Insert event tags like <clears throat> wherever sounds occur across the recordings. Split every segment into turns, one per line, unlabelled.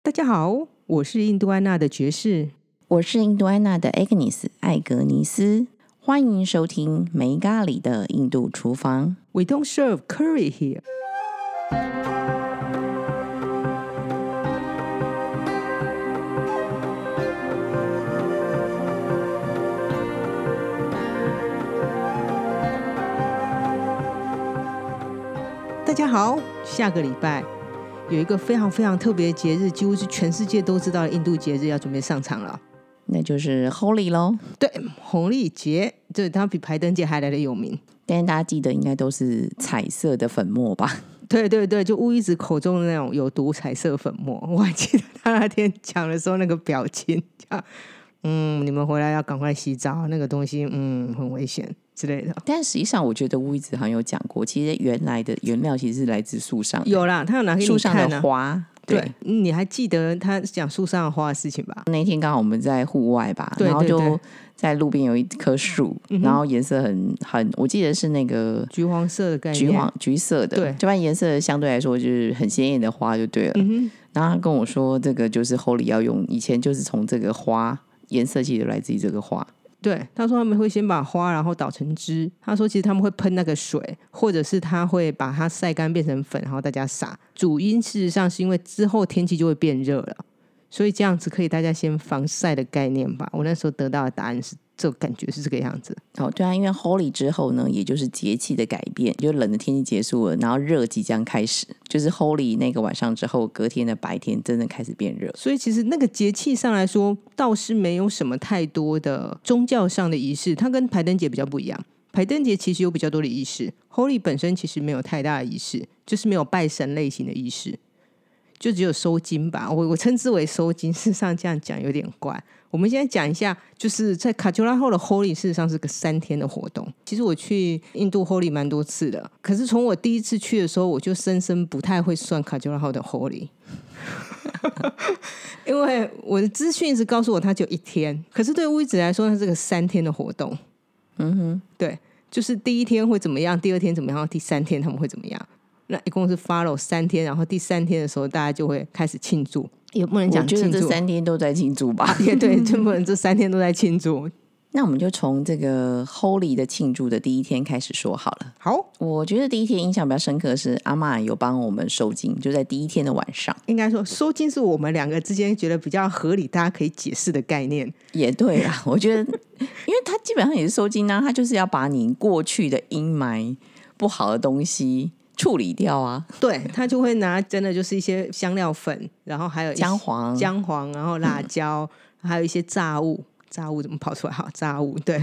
大家好，我是印度安娜的爵士。
我是印度安娜的 Agnes 艾格尼斯，欢迎收听梅咖喱的印度厨房。
We don't serve curry here。大家好，下个礼拜有一个非常非常特别的节日，几乎是全世界都知道的印度节日要准备上场了。
那就是 Holy 咯，
对，红利节，对，它比排灯节还来的有名。
但是大家记得应该都是彩色的粉末吧？
对对对，就乌一子口中的那种有毒彩色粉末，我还记得他那天 <laughs> 讲的时候那个表情，这样嗯，你们回来要赶快洗澡，那个东西，嗯，很危险之类的。
但实际上，我觉得乌一子好像有讲过，其实原来的原料其实是来自树上的，
有啦，他有拿给
树
你
上
看
的
呢、
花。
对，嗯你还记得他讲树上的花的事情吧？
那天刚好我们在户外吧，
对
然后
对对嗯
就在路边有一棵树，然后颜色很很，我记得是那个
橘黄色的概念，
橘黄橘色的，
对
这般颜色相对来说就是很鲜艳的花就对了。
嗯
然后他跟我说，这个就是 Holy 要用，以前就是从这个花颜色其实来自于这个花，
对，他说他们会先把花然后捣成汁，他说其实他们会喷那个水，或者是他会把它晒干变成粉，然后大家撒。主因事实上是因为之后天气就会变热了，所以这样子可以大家先防晒的概念吧。我那时候得到的答案是，这感觉是这个样子。
哦，对啊，因为 Holy 之后呢，也就是节气的改变，就冷的天气结束了，然后热即将开始，就是 Holy 那个晚上之后，隔天的白天真的开始变热。
所以其实那个节气上来说，倒是没有什么太多的宗教上的仪式，它跟排灯节比较不一样。排灯节其实有比较多的仪式，Holy 本身其实没有太大的仪式，就是没有拜神类型的仪式，就只有收金吧。我我称之为收金，事实上这样讲有点怪。我们现在讲一下，就是在卡丘拉后的 Holy 事实上是个三天的活动。其实我去印度 Holy 蛮多次的，可是从我第一次去的时候，我就深深不太会算卡丘拉后的 Holy。因为我的资讯一直告诉我它只有一天，可是对乌子来说，它是个三天的活动。嗯哼，对，就是第一天会怎么样，第二天怎么样，第三天他们会怎么样？那一共是 follow 三天，然后第三天的时候，大家就会开始庆祝，也不能
我
讲
觉得
庆
这
祝，
三天都在庆祝吧。 <laughs>
<laughs> 也对，就不能这三天都在庆祝。
那我们就从这个 Holy 的庆祝的第一天开始说好了。
好，
我觉得第一天印象比较深刻的是阿嬷有帮我们收金，就在第一天的晚上。
应该说收金是我们两个之间觉得比较合理，大家可以解释的概念。
也对啦，我觉得， <laughs> 因为他基本上也是收金啊，他就是要把你过去的阴霾、不好的东西处理掉啊，
对他就会拿真的就是一些香料粉，然后还有一些
姜黄。
姜黄，嗯然后辣椒，还有一些炸物。炸物怎么跑出来？好，炸物对。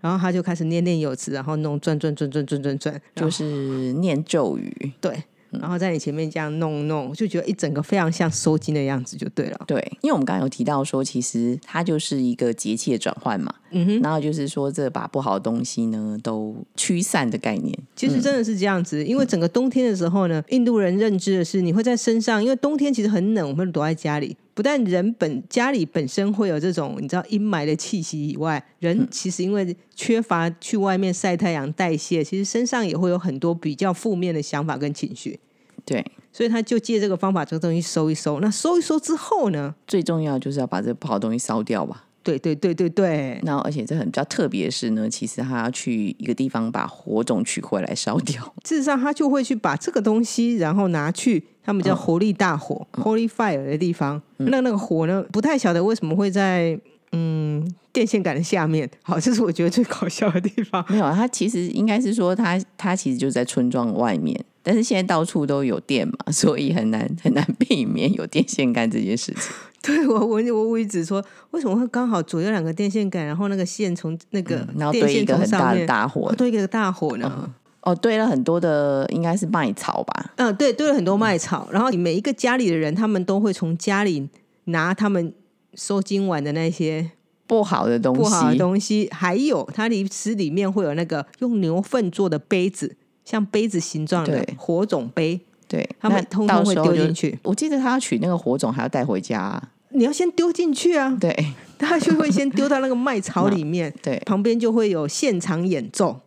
然后他就开始念念有词，然后弄转转转转转转转，然
就
后
是念咒语，
对。然后在你前面这样弄弄，就觉得一整个非常像收金的样子，就对了。
对，因为我们刚刚有提到说，其实它就是一个节气的转换嘛，
嗯哼，
然后就是说这把不好的东西呢都驱散的概念，
其实真的是这样子，因为整个冬天的时候呢，印度人认知的是你会在身上，因为冬天其实很冷，我们躲在家里，不但人本家里本身会有这种你知道阴霾的气息以外，人其实因为缺乏去外面晒太阳代谢，其实身上也会有很多比较负面的想法跟情绪，
对，
所以他就借这个方法，这个东西收一收。那收一收之后呢？
最重要就是要把这不好的东西烧掉吧。
对对对对对，
然后，而且这很比较特别的是呢，其实他要去一个地方把火种取回来烧掉。
事实上他就会去把这个东西，然后拿去他
嗯
们叫活力大火、（Holy Fire） 的地方。那那个火呢，不太晓得为什么会在嗯电线杆的下面。 <laughs> 好，这是我觉得最搞笑的地方。
<laughs>
<laughs>
没有，啊他其实应该是说他他其实就在村庄外面，但是现在到处都有电嘛，所以很难很难避免有电线杆这件事 <laughs> 情。
对我，我我我一直说，为什么会刚好左右两个电线杆，然后那个线从那个
嗯然后
电
堆一
线
个
从
很大
上
的
面
大火
哦，堆一个大火呢？
哦，堆了很多的应该是麦草吧，
嗯，对，堆了很多麦草，然后每一个家里的人，他们都会从家里拿他们收金完的那些
不好的东西，
不好的东西，还有它里吃里面会有那个用牛粪做的杯子，像杯子形状的
对
火种杯，
对，
他们
那
通
到
通会
时候
丢
就
进。去。
我记得他要取那个火种还要带回家、啊
你要先丢进去啊， <laughs>
对
他就会先丢到那个麦草里面，
对，
旁边就会有现场演奏。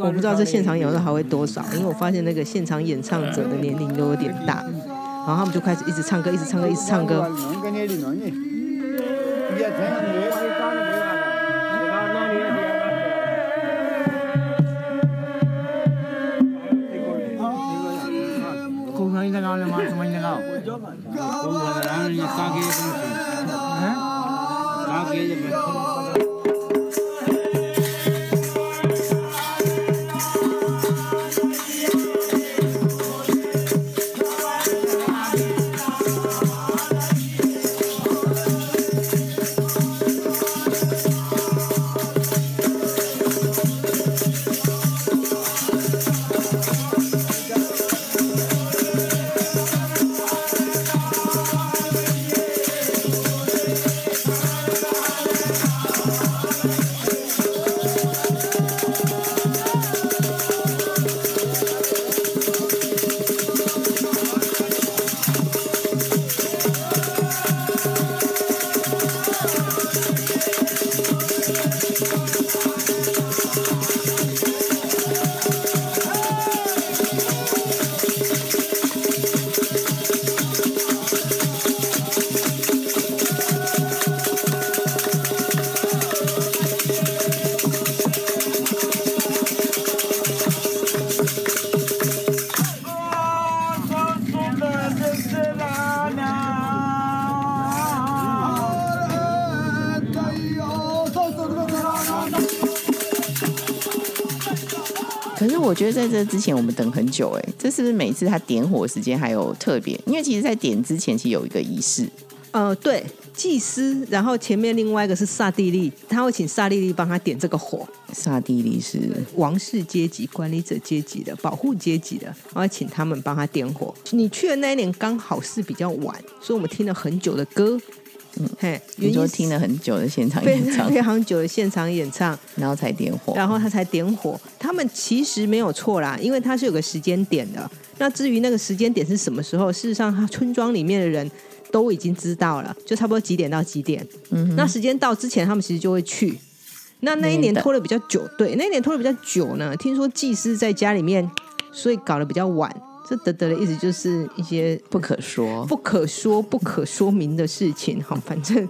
我不知道这现场演唱还会多少，因为我发现那个现场演唱者的年龄都有点大，然后他们就开始一直唱歌，一直唱歌，一直唱歌。
고구마 인생 가을에 마스마 인생 가오 고구마 나는 이 싸게 해보는 싸게 해보는
可是我觉得在这之前我们等很久哎、这是不是每一次他点火时间还有特别？因为其实，在点之前其实有一个仪式，
呃，对，祭司，然后前面另外一个是萨蒂利，他会请萨蒂利帮他点这个火，
萨蒂利是
王室阶级、管理者阶级的、保护阶级的，然后请他们帮他点火。你去的那一年刚好是比较晚，所以我们听了很久的歌，嗯，嘿，原
你
因
说
是
听了很久的现场
非
演
常
唱，
非常久的现场演唱，
<laughs> 然后才点火。
然后他才点火。他们其实没有错啦，因为他是有个时间点的。那至于那个时间点是什么时候，事实上他村庄里面的人都已经知道了，就差不多几点到几点。嗯，那时间到之前，他们其实就会去。那那一年
那一
拖的比较久，对，那一年拖的比较久呢。听说祭司在家里面，所以搞得比较晚。这得得的意思就是一些
不可说，
不可说、不可说明的事情。哈，反正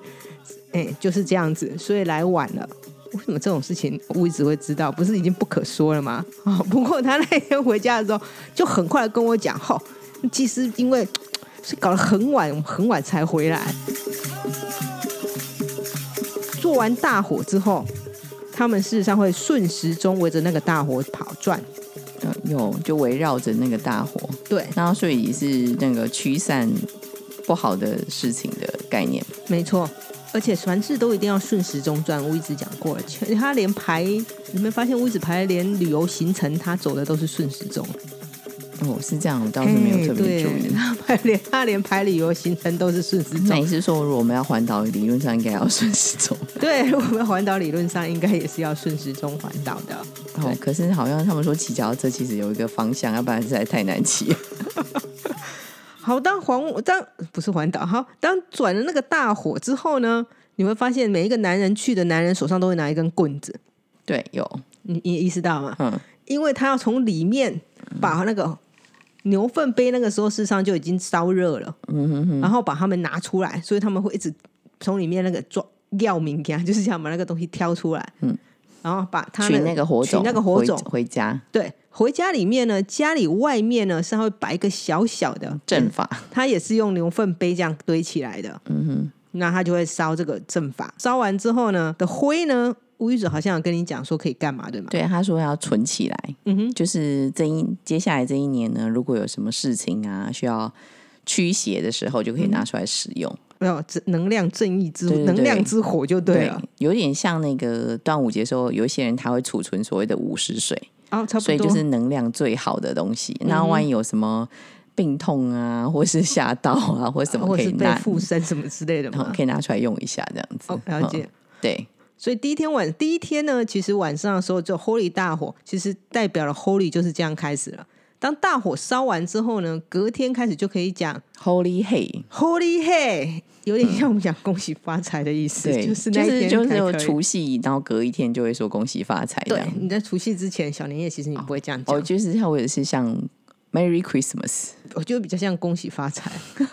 哎、就是这样子，所以来晚了。为什么这种事情我一直会知道？不是已经不可说了吗？啊、不过他那天回家的时候，就很快地跟我讲，吼、其实因为是搞得很晚，我们很晚才回来。做完大火之后，他们事实上会顺时钟围着那个大火跑转。
呃有就围绕着那个大火，
对，
然后所以也是那个驱散不好的事情的概念。
没错，而且凡事都一定要顺时钟转。我一直讲过了，其实他连排，你没发现我一直排连旅游行程，他走的都是顺时钟。
哦，是这样，我倒是没有特别
哎对
注
<laughs>
意。
他排连他连排旅游行程都是顺时
那 <laughs>
钟。
你是说，如果我们要环岛，理论上应该要顺时
<laughs>
钟？
对，我们环岛理论上应该也是要顺时钟环岛的。
哦，可是好像他们说骑脚踏车其实有一个方向，要不然实在太难骑了。 <laughs>
好，当环当不是环岛，好，当转了那个大火之后呢，你会发现每一个男人去的男人手上都会拿一根棍子，
对，有，
你你意识到吗？
嗯，
因为他要从里面把那个牛粪杯，那个时候事实上就已经烧热了，
嗯
然后把它们拿出来，所以他们会一直从里面那个抓药名给他，就是想把那个东西挑出来，然后把它
嗯取那个火
取
种，嗯
那个火
回
种，
回家
对，回家里面呢，家里外面呢是它会摆一个小小的
阵法。
它也是用牛粪杯这样堆起来的。嗯哼，那它就会烧这个阵法，烧完之后呢的灰呢，吴玉子好像有跟你讲说可以干嘛，对吗？
对，他说要存起来，
嗯哼，
就是这一接下来这一年呢，如果有什么事情啊需要驱邪的时候，就可
嗯
以拿出来使用。
没有这能量正义之
对对对
能量之火就对啊了，
有点像那个端午节的时候，有一些人他会储存所谓的午时水，
然啊后、差不
所
多嗯
以就是能量最好的东西。那万一有什么病痛啊，或是吓到啊，或什么
或
可
是
以
被
拿，
附身什么之类的
嗯
嘛。
可以拿出来用一下这样子。
哦，了解。
嗯对，
所以第一天晚，第一天呢，其实晚上的时候就 Holy 大火，其实代表了 Holy 就是这样开始了。当大火烧完之后呢，隔天开始就可以讲
Holy Hay，
Holy Hey，有点像我们讲恭喜发财的意思，
对，
就是那一天
就
才
是有
可以
除夕，然后隔一天就会说恭喜发财这
对
样。，
你在除夕之前小年夜，其实你不会这样讲，
哦，就是像我也是像 Merry Christmas，
我觉得比较像恭喜发财， <laughs>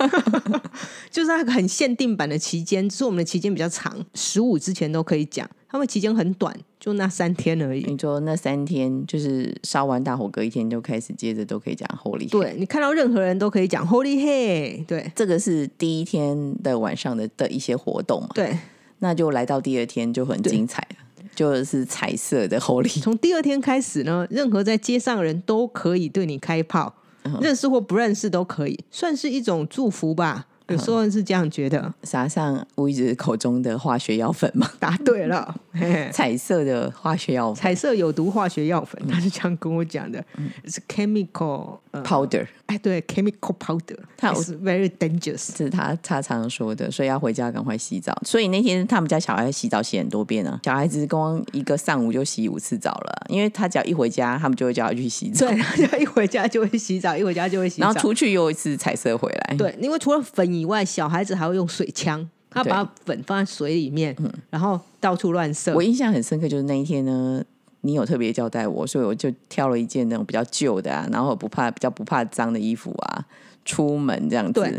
就是那个很限定版的期间，只是我们的期间比较长，十五之前都可以讲，他们期间很短，就那三天而已。
你说那三天就是烧完大火，隔一天就开始接着都可以讲 Holy。，
对你看到任何人都可以讲 Holy Hey，对
这个是第一天的晚上的的一些活动嘛，
对，
那就来到第二天就很精彩了，就是彩色的 Holy。
从第二天开始呢，任何在街上的人都可以对你开炮，认识或不认识都可以，算是一种祝福吧。有时候是这样觉得，
<laughs> 撒上乌一直口中的化学药粉嘛，
答对了。嘿嘿
彩色的化学药粉
彩色有毒化学药粉，他是这样跟我讲的，是 chemical 呃
powder，
哎，对，chemical powder，
它有
是 very dangerous。
这是他他常常说的，所以要回家赶快洗澡。所以那天他们家小孩洗澡洗很多遍啊，小孩子光一个上午就洗五次澡了，啊因为他只要一回家，他们就会叫他去洗澡
对，， <laughs> 然后一回家就会洗澡，一回家就会洗澡。
然后出去又一次彩色回来。，
对，因为除了粉以外，小孩子还会用水枪，他把粉放在水里面，然后到处乱射
我。印象很深刻，就是那一天呢，你有特别交代我，所以我就挑了一件那种比较旧的啊，然后不怕比较不怕脏的衣服啊，出门这样子。
对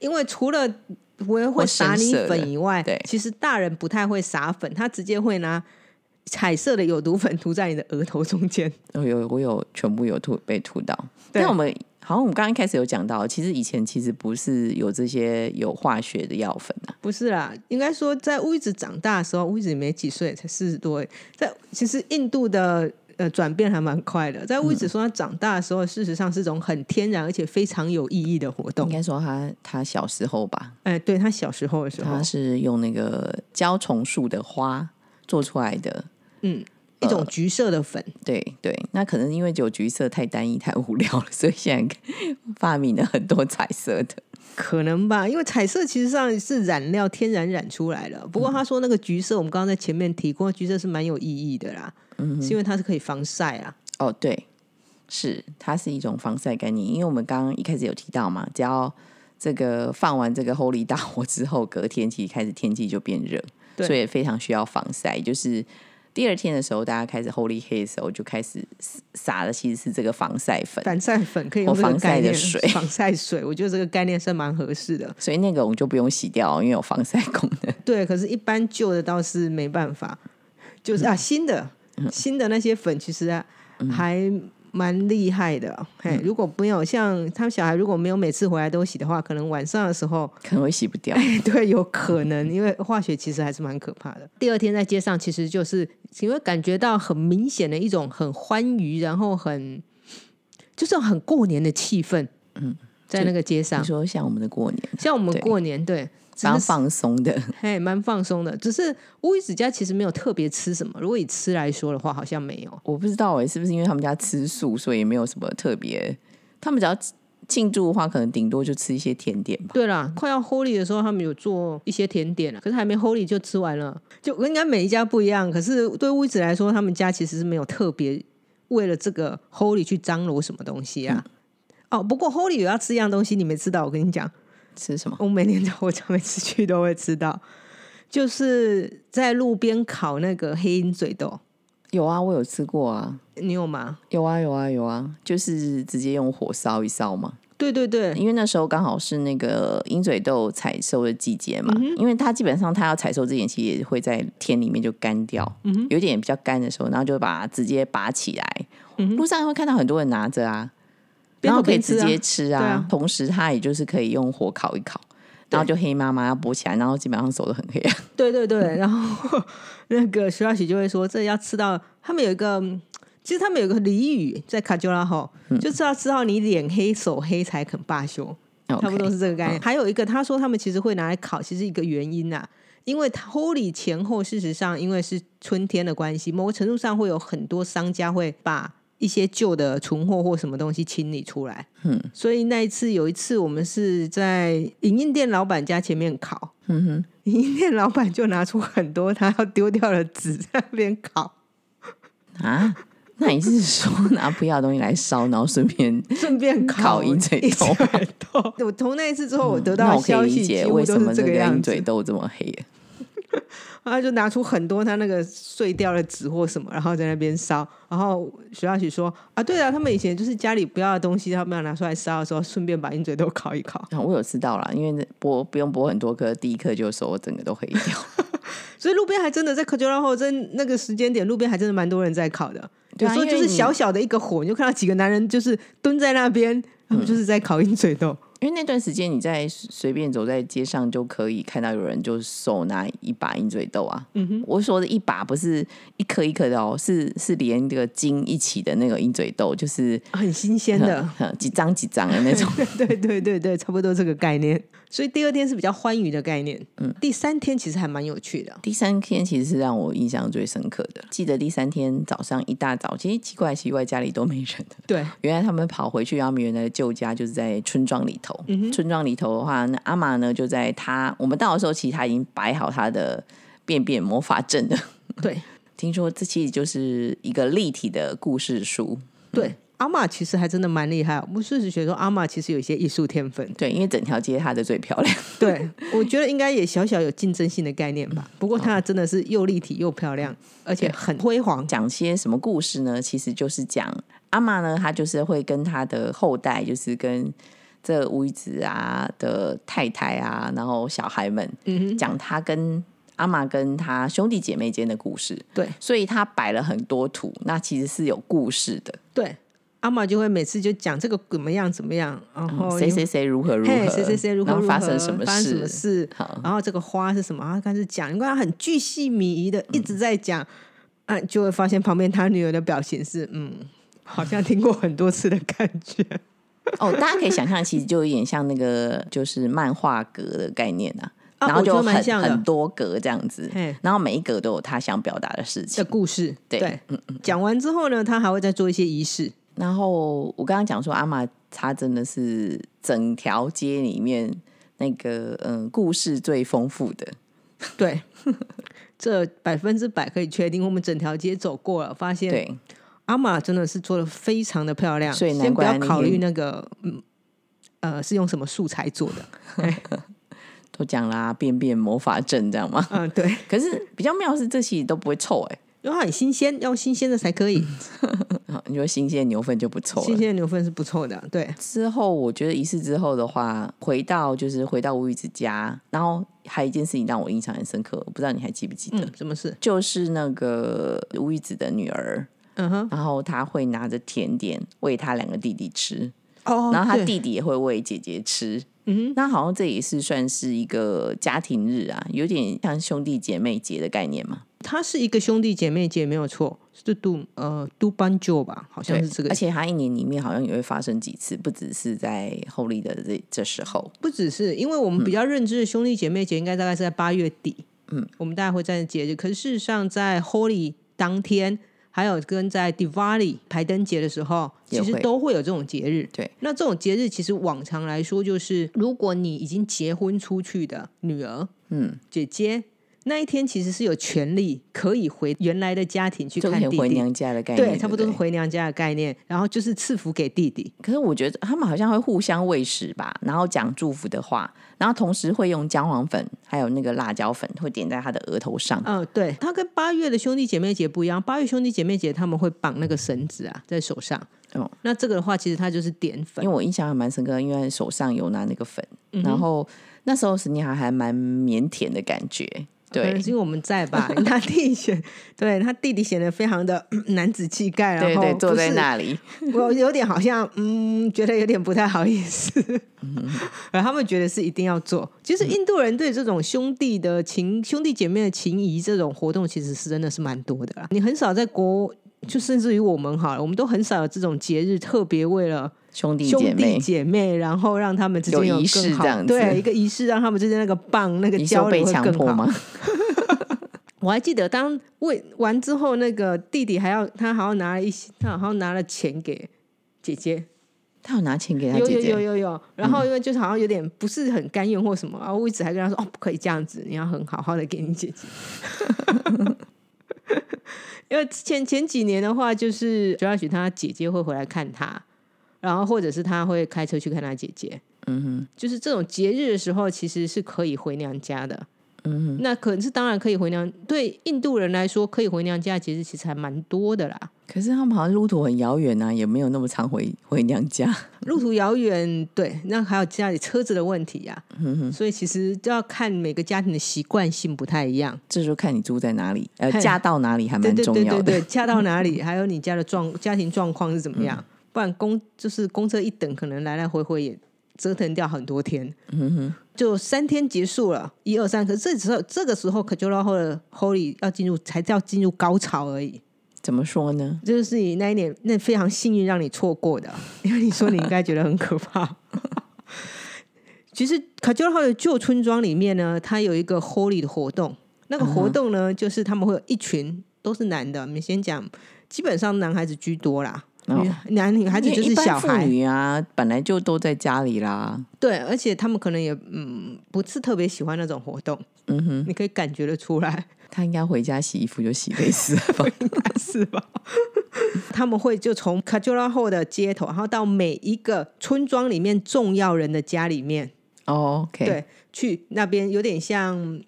因为除了我会撒你粉以外
我深色的对，
其实大人不太会撒粉，他直接会拿彩色的有毒粉涂在你的额头中间。
我有我有全部有吐被吐到，
对
但我们好像我们刚刚一开始有讲到，其实以前其实不是有这些有化学的药粉啊，
不是啦，应该说在乌一直长大的时候，乌一直没几岁，才四十多而已。在其实印度的呃转变还蛮快的，在乌一直说他长大的时候，事实上是种很天然而且非常有意义的活
应
动。
该说他他小时候吧，
哎、对他小时候的时候
他，是用那个焦虫树的花做出来的。
嗯，一种橘色的粉，
对对，那可能因为酒橘色太单一太无聊了，所以现在发明了很多彩色的。
可能吧，因为彩色其实上是染料天然染出来的。不过他说那个橘色，我们刚刚在前面提过，橘色是蛮有意义的啦，
嗯
是因为它是可以防晒啊。
哦，对，是它是一种防晒概念，因为我们刚刚一开始有提到嘛，只要这个放完这个 Holy 大火之后，隔天其实开始天气就变热，
对
所以非常需要防晒，就是。第二天的时候，大家开始 Holy 黑的时候，就开始撒的其实是这个防晒粉，
防晒粉可以用这个
或防晒
概
的
念，
水
<laughs> 防晒水，我觉得这个概念是蛮合适的。
所以那个我们就不用洗掉，因为有防晒功能。
对，可是，一般旧的倒是没办法，就是啊，新的、新的那些粉其实、啊还蛮厉害的。嘿，如果没有像他们小孩，如果没有每次回来都洗的话，可能晚上的时 <laughs> 候，哎
可能会洗不 <laughs> 掉。
对，有可能，因为化学其实还是蛮可怕的。第二天在街上，其实就是你会感觉到很明显的一种很欢愉，然后很就是很过年的气氛。嗯，在那个街上
你，说像我们的过年，
像我们
对
过年对。只
蛮
是
放松的，
嘿，蛮放松的。只是乌鱼子家其实没有特别吃什么，如果以吃来说的话，好像没有。
我不知道哎、是不是因为他们家吃素，所以也没有什么特别。他们只要庆祝的话，可能顶多就吃一些甜点吧。
对啦，快要 Holy 的时候，他们有做一些甜点啊，可是还没 Holy 就吃完了。就应该每一家不一样，可是对乌鱼子来说，他们家其实是没有特别为了这个 Holy 去张罗什么东西啊。
嗯
哦，不过 Holy 有要吃一样东西，你没吃到，我跟你讲，
吃什么？
我每年在 <laughs> 我家每次去都会吃到，就是在路边烤那个黑鹰嘴豆，
有啊，我有吃过啊，
你有吗？
有啊，有啊，有啊，就是直接用火烧一烧嘛。
对对对，
因为那时候刚好是那个鹰嘴豆采收的季节
嗯
嘛，因为它基本上它要采收之前，其实也会在田里面就干掉，
嗯
有点比较干的时候，然后就把它直接拔起来。路上会看到很多人拿着啊，
边
然
走
后可以
嗯边吃
直
啊
接吃啊，
对啊
同时它也就是可以用火烤一烤，然后就黑麻麻要剥起来，然后基本上手都很黑啊。
对对对，然后那个徐老喜就会说，这要吃到他们有一个，嗯其实他们有个俚语在卡丘拉吼，就是要吃到你脸黑手黑才肯罢休， <laughs> 差不多
OK
是这个概念。还有一个，他说他们其实会拿来烤，其实一个原因呐、因为 Holy 前后，事实上因为是春天的关系，某个程度上会有很多商家会把一些旧的存货或什么东西清理出来。嗯，所以那一次有一次我们是在影印店老板家前面烤，嗯哼，影印店老板就拿出很多他要丢掉的纸在那边烤。
啊，那你是说拿不要的东西来烧，然后顺
<laughs>
便
顺便
烤鹰嘴豆
鹰嘴豆。我从那一次之后，我得到
那
的
我可
消
以
息
理
几
解
乎
为
都
什么
是这
那
个
个
样
鹰
子
嘴。豆这么黑。啊
他就拿出很多他那个碎掉的纸或什么，然后在那边烧。然后徐大喜说：“啊，对啊，他们以前就是家里不要的东西，他们要拿出来烧的时候，顺便把鹰嘴豆烤一烤。
啊，我有吃到啦，因为那剥不用剥很多颗，第一颗就熟，我整个都黑掉。
<laughs>
<laughs>
所以路边还真的在科九浪后真那个时间点，路边还真的蛮多人在烤的。
对啊
有时候就
因为
是
你
小小的一个火，你就看到几个男人就是蹲在那边，他们就是在烤鹰嘴豆。
因为那段时间你在随便走在街上就可以看到有人就手拿一把鹰嘴豆啊。嗯哼，我说的一把不是一颗一颗的哦，是是连这个茎一起的那个鹰嘴豆，就是
很新鲜的。
哼几张几张的那种。
<laughs>
<laughs>
对对对对，差不多这个概念。所以第二天是比较欢愉的概念，嗯，第三天其实还蛮有趣的。
第三天其实是让我印象最深刻的，记得第三天早上一大早，其实奇怪奇怪家里都没人的。
对，
原来他们跑回去，他们原来的旧家就是在村庄里头。村庄里头的话，那阿玛呢就在他我们到的时候，其实他已经摆好他的便便魔法阵了。 <laughs>
对
听说这其实就是一个立体的故事书，。
对，阿玛其实还真的蛮厉害。我事实学说，阿玛其实有一些艺术天分
<laughs> 对，因为整条街他的最漂亮。 <laughs>
对，我觉得应该也小小有竞争性的概念
嗯
吧。不过她真的是又立体又漂
哦
亮，而且很辉煌。
讲些什么故事呢？其实就是讲阿玛呢，她就是会跟她的后代，就是跟这乌鱼子啊的太太啊，然后小孩们，讲她跟阿玛跟她兄弟姐妹间的故事。
对
所以她摆了很多图，那其实是有故事的。
对，阿玛就会每次就讲这个怎么样怎么样，然后
嗯谁谁哦谁如何如
嘿
何，
谁谁谁如何
然
如
后
何
发生什么
发生什么
事，
事
好，
然后这个花是什么，然后开始讲，因为他很巨细靡遗
嗯
的一直在讲，啊，就会发现旁边他女儿的表情是嗯，好像听过很多次的感觉，
哦，大家可以想象，其实就有点像那个就是漫画格的概念啊。
啊
然后
我觉
就
得蛮
很
像的
很多格这样子
嘿，
然后每一格都有他想表达的事
的
情。
故事，
对
嗯讲完之后呢，他还会再做一些仪式，
然后我刚刚讲说，阿玛她真的是整条街里面那个嗯故事最丰富的，
对。 <laughs> 这百分之百可以确定，我们整条街走过了，发现
对，
阿玛真的是做的非常的漂亮，
所以
先
难
不
怪
要
那
考虑
天
那个，嗯，呃，是用什么素材做
<laughs>
的？
都讲啦，便便魔法阵这样嘛。
嗯，对，
<laughs> 可是比较妙的是，这些都不会臭哎、
因为它很新鲜，要新鲜的才可以。
啊你说新鲜牛粪就不臭
新
了。
鲜的牛粪是不错的，对
之后我觉得仪式之后的话，回到就是回到吴宇之家，然后还有一件事情让我印象很深刻，我不知道你还记不记得，
嗯什么事？
就是那个吴宇子的女儿，
嗯哼，
然后她会拿着甜点喂她两个弟弟吃。
哦
然后他
对
弟弟也会喂姐姐吃。嗯，那好像这也是算是一个家庭日啊，有点像兄弟姐妹节的概念嘛。
他是一个兄弟姐妹节没有错，是杜呃杜班舅吧，好像是这个，
而且他一年里面好像也会发生几次，不只是在后历的这这时候。
不只是因为我
嗯
们比较认知的兄弟姐妹节，应该大概是在八月底，嗯，我们大概会在节日，可是事实上在 Holy 当天。还有跟在 Diwali 排灯节的时候，
也
其实
会
都会有这种节日。
对，
那这种节日其实往常来说，就是如果你已经结婚出去的女儿，
嗯，
姐姐那一天其实是有权利可以回原来的家庭去
就
看
可以
弟弟，
回娘家的概念，
对，差不多是
对对。
回娘家的概念，然后就是赐福给弟弟，
可是我觉得他们好像会互相喂食吧，然后讲祝福的话，然后同时会用姜黄粉还有那个辣椒粉，会点在他的额头上。
嗯，对，他跟八月的兄弟姐妹节不一样，八月兄弟姐妹节他们会绑那个绳子啊在手上，
哦
那这个的话其实它就是点粉
因，为我印象还蛮深刻，因为手上有拿那个粉，
嗯
然后那时候沈念涵还蛮腼腆的感觉，
可
对
能是嗯因为我们在吧， <laughs> 他弟显，对他弟弟显得非常的 <clears throat> 男子气概，然
对
后
对，坐
不
在
是
那里，
我有点好像，嗯，觉得有点不太好意思。
嗯
<laughs> 而他们觉得是一定要做。其实印度人对这种兄弟的情、兄弟姐妹的情谊这种活动，其实是真的是蛮多的啦。你很少在国，就甚至于我们好了，我们都很少有这种节日特别为了
兄弟姐
<laughs> 兄弟
妹，
姐妹，然后让他们之间
有仪
更
式
好
这样子
对一个仪式，让他们之间那个棒那个
你
交
说
流
被
会
强
更
迫
好。
吗？
我还记得当喂完之后，那个弟弟还要他好像拿了一些，他好像拿了钱给姐姐。
他有拿钱给他
有
姐
有有
姐，
有有，然后因为就是好像有点不是很甘愿或什么，然后我一直还跟他说哦，不可以这样子，你要很好好的给你姐姐。 <laughs> 因为前前几年的话，就是 Josh 他姐姐会回来看他，然后或者是他会开车去看他姐姐。嗯哼，就是这种节日的时候，其实是可以回娘家的。嗯哼，那可是当然可以回娘，对印度人来说，可以回娘家的节日其实还蛮多的啦。
可是他们好像路途很遥远啊，也没有那么常回回娘家。
路途遥远，对，那还有家里车子的问题呀、
嗯
所以其实就要看每个家庭的习惯性不太一样。
这时候看你住在哪里，呃，
嘿
嫁到哪里还
对
蛮
对
重
对
要
对对
的。，
嫁到哪
<laughs>
里，还有你家的状家庭状况是怎么样？
嗯
不然公就是公车一等，可能来来回回也折腾掉很多天。嗯哼，就三天结束了，一二三。可是这时候这个时候可就拉后的 Holy 要进入才叫进入高潮而已。
怎么说呢？
这就是你那一年那非常幸运让你错过的，因为你说你应该觉得很可怕。 <laughs> 其实卡丘号的旧村庄里面呢，它有一个 Holy 的活动，那个
嗯
活动呢，就是他们会有一群都是男的，我们先讲，基本上男孩子居多啦。
哦
女男女孩子就
因为
是
一般
小
妇
孩，
女啊，本来就都在家里啦。
对，而且他们可能也嗯不是特别喜欢那种活动，
嗯哼，
你可以感觉得出来。
她应该回家洗衣服就洗类似了
<laughs>
吧？
是吧？他们会就从卡丘拉后的街头，然后到每一个村庄里面重要人的家里面，
哦，OK，
对，去那边有点像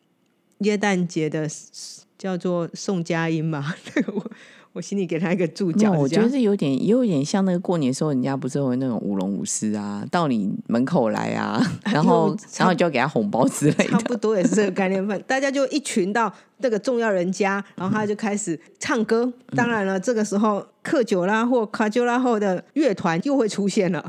耶诞节的 s- 叫做宋佳音嘛， <laughs> 那个我我心里给他一个注
没有
脚，
我
是
觉
这
得
样
是有点，也有点像那个过年的时候，人家不是会那种舞龙舞狮啊，到你门口来
<laughs>
啊，然后
有哎差
然后你就要给他红包之类
差
的。
不多也是这个概念份，大家就一群到那个重要人家，然后他就开始唱歌。当然了，这个时候克久拉或卡丘拉后的乐团又会出现了。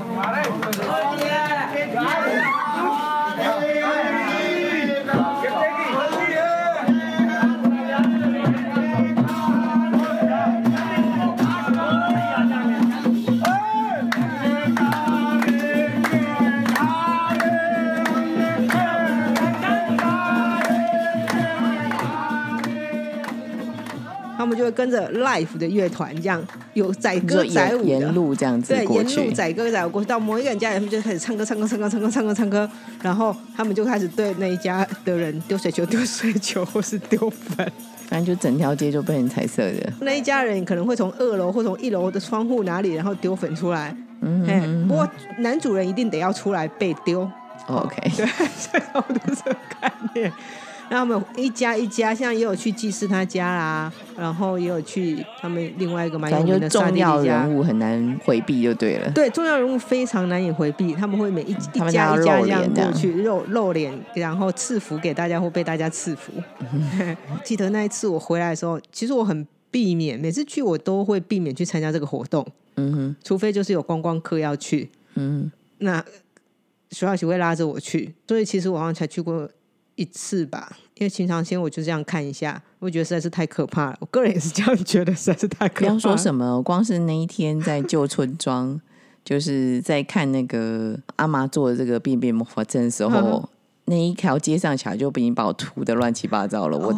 他们就会跟着 l i f e 的乐团这样有载
<laughs> 你说
歌载
沿
舞的
沿。路这样子
对，
过
沿
去
路，载歌载舞过去，到某一个人家里，他们就开始唱歌，唱歌，唱歌，唱歌，唱歌，唱歌，然后他们就开始对那一家的人丢水球、丢水球，或是丢粉。
反正就整条街就被人彩色的。
那一家人可能会从二楼或从一楼的窗户哪里，然后丢粉出来。嗯不过男主人一定得要出来被丢，
哦 OK，
对， <laughs> 所以差不多是这个概念。那他们一家一家，现在也有去祭祀他家啦，然后也有去他们另外一个蛮有
反
名
正就
的萨
重
蒂
要
利家
人。物很难回避就对了。
对，重要人物非常难以回避，他们会每一一
他们
家
都要
一家
露
这样
脸
过
这样
去，露露脸，然后赐福给大家或被大家赐福。
嗯
<laughs> 记得那一次我回来的时候，其实我很避免，每次去我都会避免去参加这个活动，
嗯哼，
除非就是有观光客要去，
嗯
那徐老师会拉着我去，所以其实我好像才去过一次吧。因为平常先我就这样看一下，我觉得实在是太可怕了。我个人也是这样觉得，实在是太
哼，不
可怕了。
要说什么，光是那一天在旧村庄， <laughs> 就是在看那个阿妈做的这个变变魔法阵的时候。
嗯
那一条街上小孩就已经把我涂的乱七八糟了，我、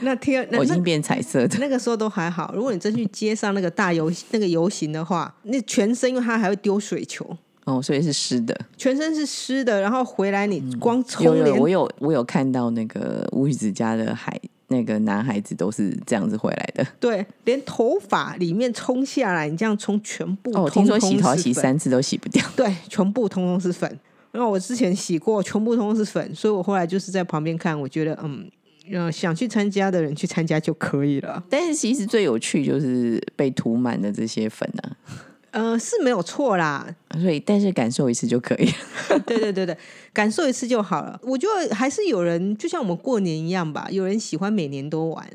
那天哦那
我已
那
经变彩色的。
那个时候都还好。如果你真去街上那个大游那个游行的话，那全身因为它还会丢水球，
哦，所以是湿的。
全身是湿的，然后回来你光
嗯有
冲
有，
脸
我有我有看到那个乌鱼子家的孩，那个男孩子都是这样子回来的。
对，连头发里面冲下来，你这样冲全部
哦，我
通
听
通
说
是粉，
洗头洗三次都洗不掉。
对，全部通通是粉。然后我之前洗过，全部通通是粉，所以我后来就是在旁边看，我觉得嗯。呃，想去参加的人去参加就可以了。
但是其实最有趣就是被涂满的这些粉啊，
呃，是没有错啦，
所以但是感受一次就可以了。
对对对对，感受一次就好了。我觉得还是有人，就像我们过年一样吧，有人喜欢每年都玩。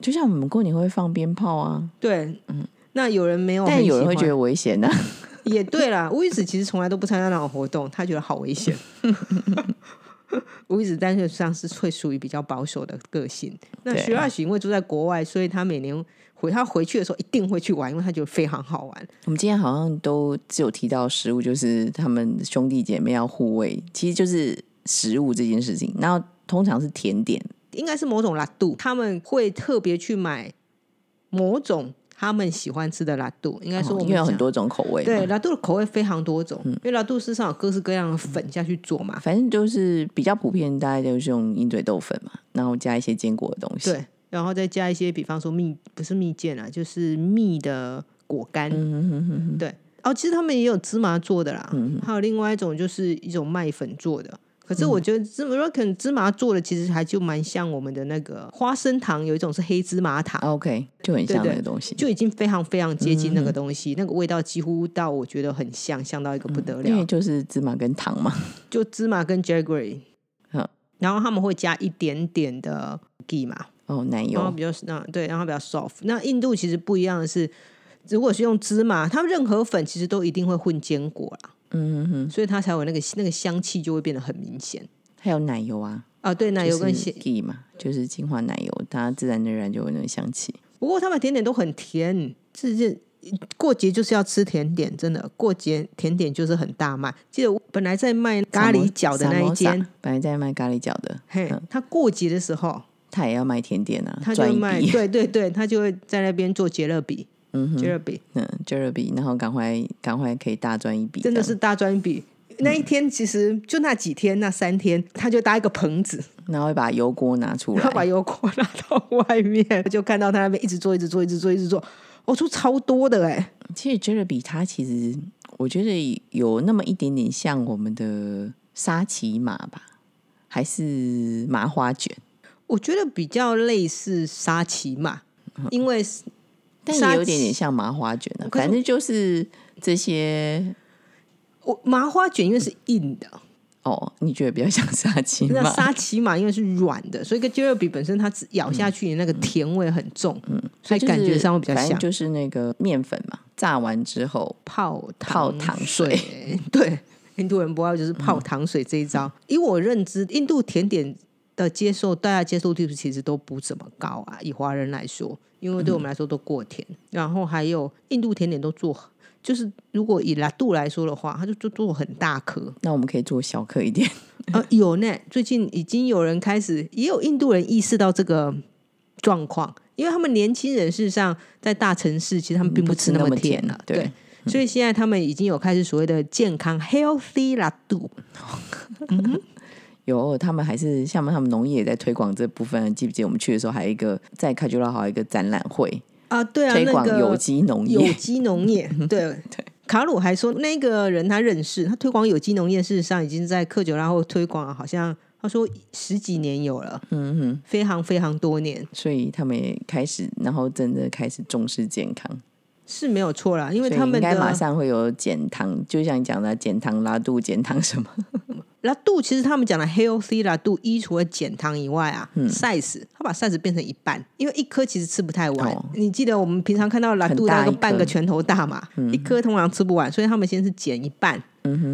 就像我们过年会放鞭炮啊，
对，嗯，那有人没有很喜欢，
但有人会觉得危险啊。
也对啦。吴宇子其实从来都不参加那种活动，他觉得好危险。吴宇子单纯上是会属于比较保守的个性。那
对啊
徐二喜因为住在国外，所以他每年回他回去的时候一定会去玩，因为他觉得非常好玩。
<laughs> 我们今天好像都只有提到食物，就是他们兄弟姐妹要互慰，其实就是食物这件事情。然后通常是甜点，
应该是某种拉肚，他们会特别去买某种他们喜欢吃的拉肚。应该说
哦
我们
因为有
讲
很多嗯种口味嘛。
对，拉杜的口味非常多种，因为拉杜市上有各式各样的粉下去做嘛。
反正就是比较普遍，大概就是用鹰嘴豆粉嘛，然后加一些坚果的东西。
对，然后再加一些，比方说蜜不是蜜饯啊，就是蜜的果干，
嗯
对。哦，其实他们也有芝麻做的啦，
嗯
还有另外一种就是一种麦粉做的。可是
嗯
我觉得芝麻，如果可能芝麻做的其实还就蛮像我们的那个花生糖，有一种是黑芝麻糖，
啊 OK，就很像
对
那个东西。
就已经非常非常接近
嗯
那个东西，那个味道几乎到我觉得很像，像到一个不得
嗯因
了。
为就是芝麻跟糖嘛，
就芝麻跟 jaggery，
嗯
然后他们会加一点点的 ghee 嘛，
哦，奶
然后
油，
比较那对，然后比较 soft。那印度其实不一样的是，如果是用芝麻，它任何粉其实都一定会混坚果啦，
嗯哼哼，
所以它才有那个那个香气就会变得很明显
还有奶油啊，
啊。对，奶油跟
就是
咸，
ghee 嘛，就是精华奶油，它自然而然就有那个香气。
不过他们甜点都很甜，这是过节就是要吃甜点，真的过节甜点就是很大卖。记得我本来在卖咖喱饺的那一
Samosa，
间，
本来在卖咖喱饺的，
<laughs>
嗯
嘿，他过节的时候。
他也要卖甜点啊，
他就
赚
会
一
卖，
笔。
对对对，他就会在那边做杰乐比，嗯，杰乐比
嗯 j e r b y 然后赶快赶快可以大赚一笔，
真的
这
是
样。嗯
大专比。那一天其实就那几天，那三天，他就搭一个棚子，
然后会把油锅拿出
然后把
来，
油锅拉到外面，就看到他那边一直做，一直做，一直做，一直做，我、哦、出超多的哎、
其实 j e r b y 它其实我觉得有那么一点点像我们的沙琪玛吧，还是麻花卷。
我觉得比较类似沙琪玛，
嗯
因为
但
沙
也有
琪
点点像麻花卷啊，
可是
反正就是这些
我麻花卷因为是硬的，
哦，你觉得比较像沙琪
那
玛？
沙琪玛因为是软的，所以跟杰乐比本身它只咬下去的那个甜味很重，嗯，所以
就是
感觉上会比较
反正
像
嗯就是那个面粉嘛，炸完之后，
泡
泡糖水
水。 <laughs> 对，印度人不爱就是泡糖水这一招。
嗯
以我认知，印度甜点的接受，大家接受度其实都不怎么高啊。以华人来说，因为对我们来说都过甜，然后还有印度甜点都做，就是如果以拉度来说的话，它就就做很大颗。
那我们可以做小颗一点， <laughs>
呃，有呢，最近已经有人开始，也有印度人意识到这个状况，因为他们年轻人事实上在大城市，其实他们并
不吃
吃那
那么
甜
甜
了，
对
对。所以现在他们已经有开始所谓的健康 healthy ladu，
有，他们还是像他们农业也在推广这部分，啊记不记得我们去的时候还有一个在卡朱拉好一个展览会，
啊，对啊，
推
那
广
个
有机农业，
有机农业， <laughs> 对对。卡鲁还说，那个人他认识，他推广有机农业，事实上已经在克久拉后推广了，好像他说十几年有了，
<laughs> 嗯哼，
非常非常多年。
所以他们也开始，然后真的开始重视健康，
是没有错啦，因为
所以
他们
应该
的
马上会有减糖，就像你讲的啊减糖拉肚、减糖什么，
拉度其实他们讲的 healthy 拉度，一除了减糖以外啊、s
嗯
i z e 他把 size 变成一半，因为一颗其实吃不太完。
哦
你记得我们平常看到拉度
很大
那
一
个
颗嗯
半个拳头大嘛，一颗通常吃不完，所以他们先是减一半。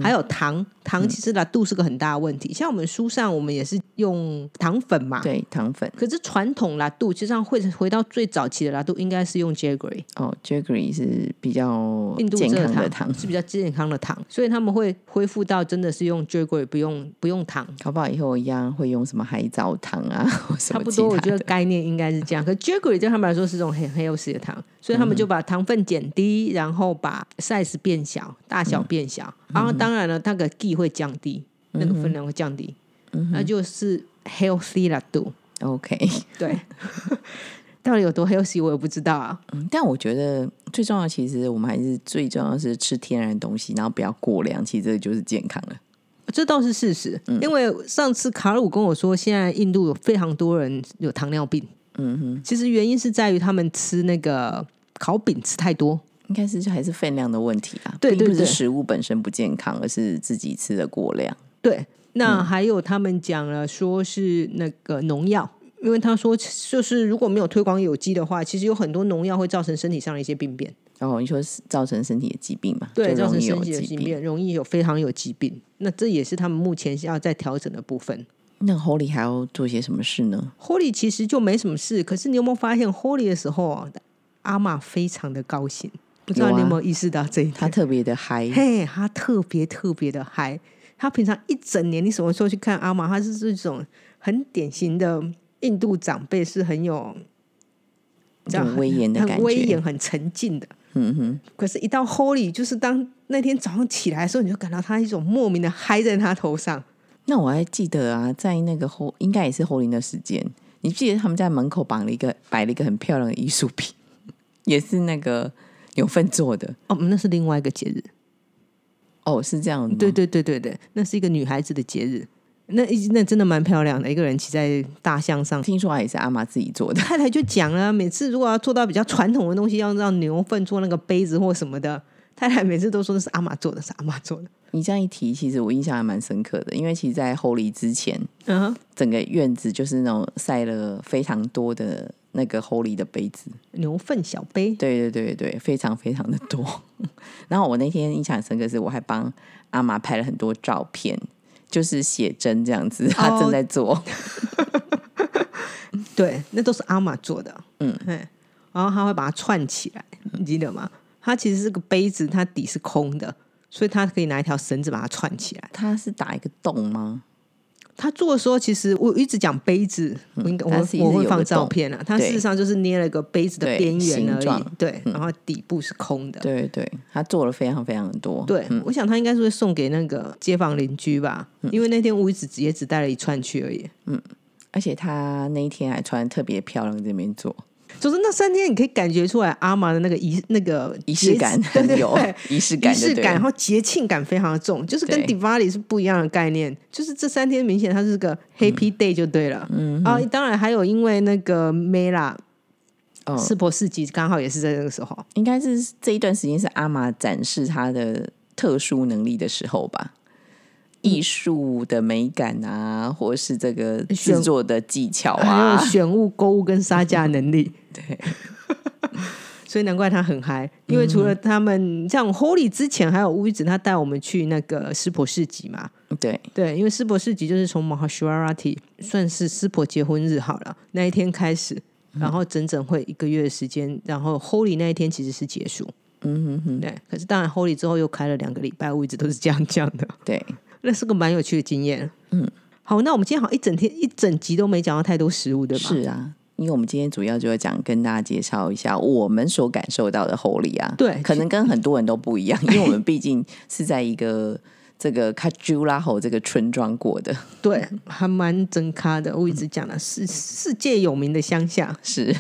还有糖，
嗯
糖其实拉度是个很大的问题。像我们书上，我们也是用糖粉嘛。
对，糖粉。
可是传统拉度，其实上会回到最早期的拉度，应该是用 jaggery。
哦 j a g g e r y 是比较
印度
健
蔗
康的
糖
糖，
是比较健康的糖，所以他们会恢复到真的是用 jaggery，不用不用糖。
搞不好以后一样会用什么海藻糖啊，或什
差
么
不
其
多，我
他
觉得
的
概念应该是这样。可 jaggery 对他们来说是种很很有史的糖，所以他们就把糖分减低，然后把 size 变小，大小变小。
嗯
然后当然了，那个 g 会降低，那个分量会降低，
嗯
那就是 healthy 啦度。
OK。
对， <laughs> 到底有多 healthy 我也不知道啊。
嗯但我觉得最重要，其实我们还是最重要的是吃天然的东西，然后不要过量，其实这就是健康了。
这倒是事实，
嗯
因为上次卡鲁跟我说，现在印度有非常多人有糖尿病。嗯哼，其实原因是在于他们吃那个烤饼吃太多。
应该是还是分量的问题啊，
对对
并不
对
是食物本身不健康，而是自己吃的过量。
对，那还有他们讲了，说是那个农药，因为他说就是如果没有推广有机的话，其实有很多农药会造成身体上的一些病变，
然后你说是造成身体的疾病嘛，
对，
就
造
容
成
易
身
有
体的
疾
疾
病。
病，容易有非常有疾病。那这也是他们目前要在调整的部分。
那 Holy 还要做些什么事呢？
Holy 其实就没什么事，可是你有没有发现 Holy 的时候啊，阿玛非常的高兴，不知道
有啊
你有没有意识到这一点？
他特别的嗨，
嘿，他特别特别的嗨。他平常一整年，你什么时候去看阿玛？他是这种很典型的印度长辈，是很有这
这
样
种威严的感
啊很威
觉
严、。很沉静的。
嗯哼，
可是，一到 Holy，就是当那天早上起来的时候，你就感到他一种莫名的嗨在他头上。
那我还记得啊，在那个后应该也是后林的时间，你记得他们家门口绑了一个摆了一个很漂亮的艺术品， <laughs> 也是那个牛粪做的。
哦，那是另外一个节日。
哦，是这样的吗，
对对对对对，那是一个女孩子的节日。那那真的蛮漂亮的，一个人骑在大象上。
听说也是阿妈自己做的。 <laughs>
太太就讲了，每次如果要做到比较传统的东西，要让牛粪做那个杯子或什么的，太太每次都说那是阿妈做的，是阿妈做的。
你这样一提，其实我印象还蛮深刻的，因为其实，在后里之前，
嗯哼，
整个院子就是那种晒了非常多的那个 Holy 的杯子，
牛粪小杯，
对对对对，非常非常的多。 <laughs> 然后我那天印象很深刻是，我还帮阿妈拍了很多照片，就是写真这样子，她正在做。 <laughs>
对，那都是阿玛做的。
嗯
嘿，然后他会把它串起来，你记得吗？它其实是个杯子，它底是空的，所以它可以拿一条绳子把它串起来。
她是打一个洞吗？
他做的时候，其实我一直讲杯子，我应该
嗯它
我
是一直
我会
有
放
个
照
洞
片啊。它事
对
实上就是捏了一个杯子的
对
边缘
形
而已
状，嗯
对，然后底部是空的。
对对，她做了非常非常多。
对，
嗯
我想他应该是会送给那个街坊邻居吧，因为那天我只也只带了一串去而已。
而且她那一天还穿得特别漂亮，这边做。
就是那三天，你可以感觉出来阿玛的那个仪那个
仪式 <laughs> 感
节对
很
对
有
对，
仪式
仪
感就
式
对
感，然
了，
后节庆感非常的重，就是跟
对
Diwali 是不一样的概念。就是这三天明显它是个 Happy Day 就对了。嗯，啊，当然还有因为那个 Mela
哦
世博市集刚好也是在那个时候。
应该是这一段时间是阿玛展示她的特殊能力的时候吧。艺术的美感啊，或是这个制作的技巧
还有
啊，
选物、购物跟杀价能
<laughs>
力。对， <laughs> 所以难怪他很嗨，因为除了他们，像 Holy 之前还有乌鱼子，他带我们去那个湿婆市集嘛。
对，
对，因为湿婆市集就是从 Mahashivati 算是湿婆结婚日好了那一天开始，
嗯
然后整整会一个月的时间，然后 Holy 那一天其实是结束。
嗯哼哼，
对，可是当然 Holy 之后又开了两个礼拜，我一直都是这样讲的。 <laughs>
对，
那是个蛮有趣的经验。
嗯，
好，那我们今天好像一整天一整集都没讲到太多食物，对吧？
是啊，因为我们今天主要就要讲跟大家介绍一下我们所感受到的后礼啊，
对
可能跟很多人都不 <laughs> 一样，因为我们毕竟是在一个这个卡朱拉吼这个村庄过的，
对，还蛮真咖的。我一直讲了，世世界有名的乡下。
是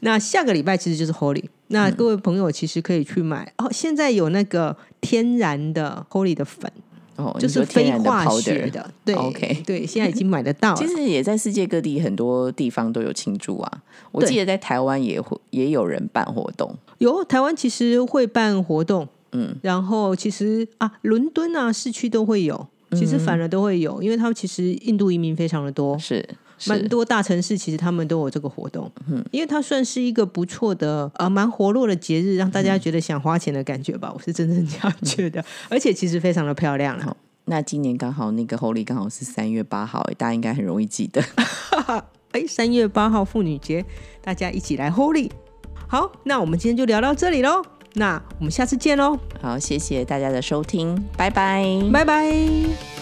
那下个礼拜其实就是 Holy。那各位朋友其实可以去买哦，现在有那个天然的 Holy 的粉，
哦，
就
你
是
说天
非
然的
化学
powder。哦
的。对
OK
对，现在已经买得到了。
其实也在世界各地很多地方都有庆祝啊，我
对
记得在台湾也会也有人办活动，
有台湾其实会办活动，
嗯，
然后其实啊，伦敦啊市区都会有，其
嗯
实反而都会有，因为他们其实印度移民非常的多，
是是
蛮多大城市其实他们都有这个活动，因为它算是一个不错的呃蛮活络的节日，让大家觉得想花钱的感觉吧，我是真正这样觉得，而且其实非常的漂亮啦。
那今年刚好那个 Holy 刚好是三月八号，大家应该很容易记得。 <laughs>
<laughs> 哎，三月八号妇女节，大家一起来 Holy。好，那我们今天就聊到这里喽，那我们下次见喽，
好，谢谢大家的收听，拜拜
拜拜。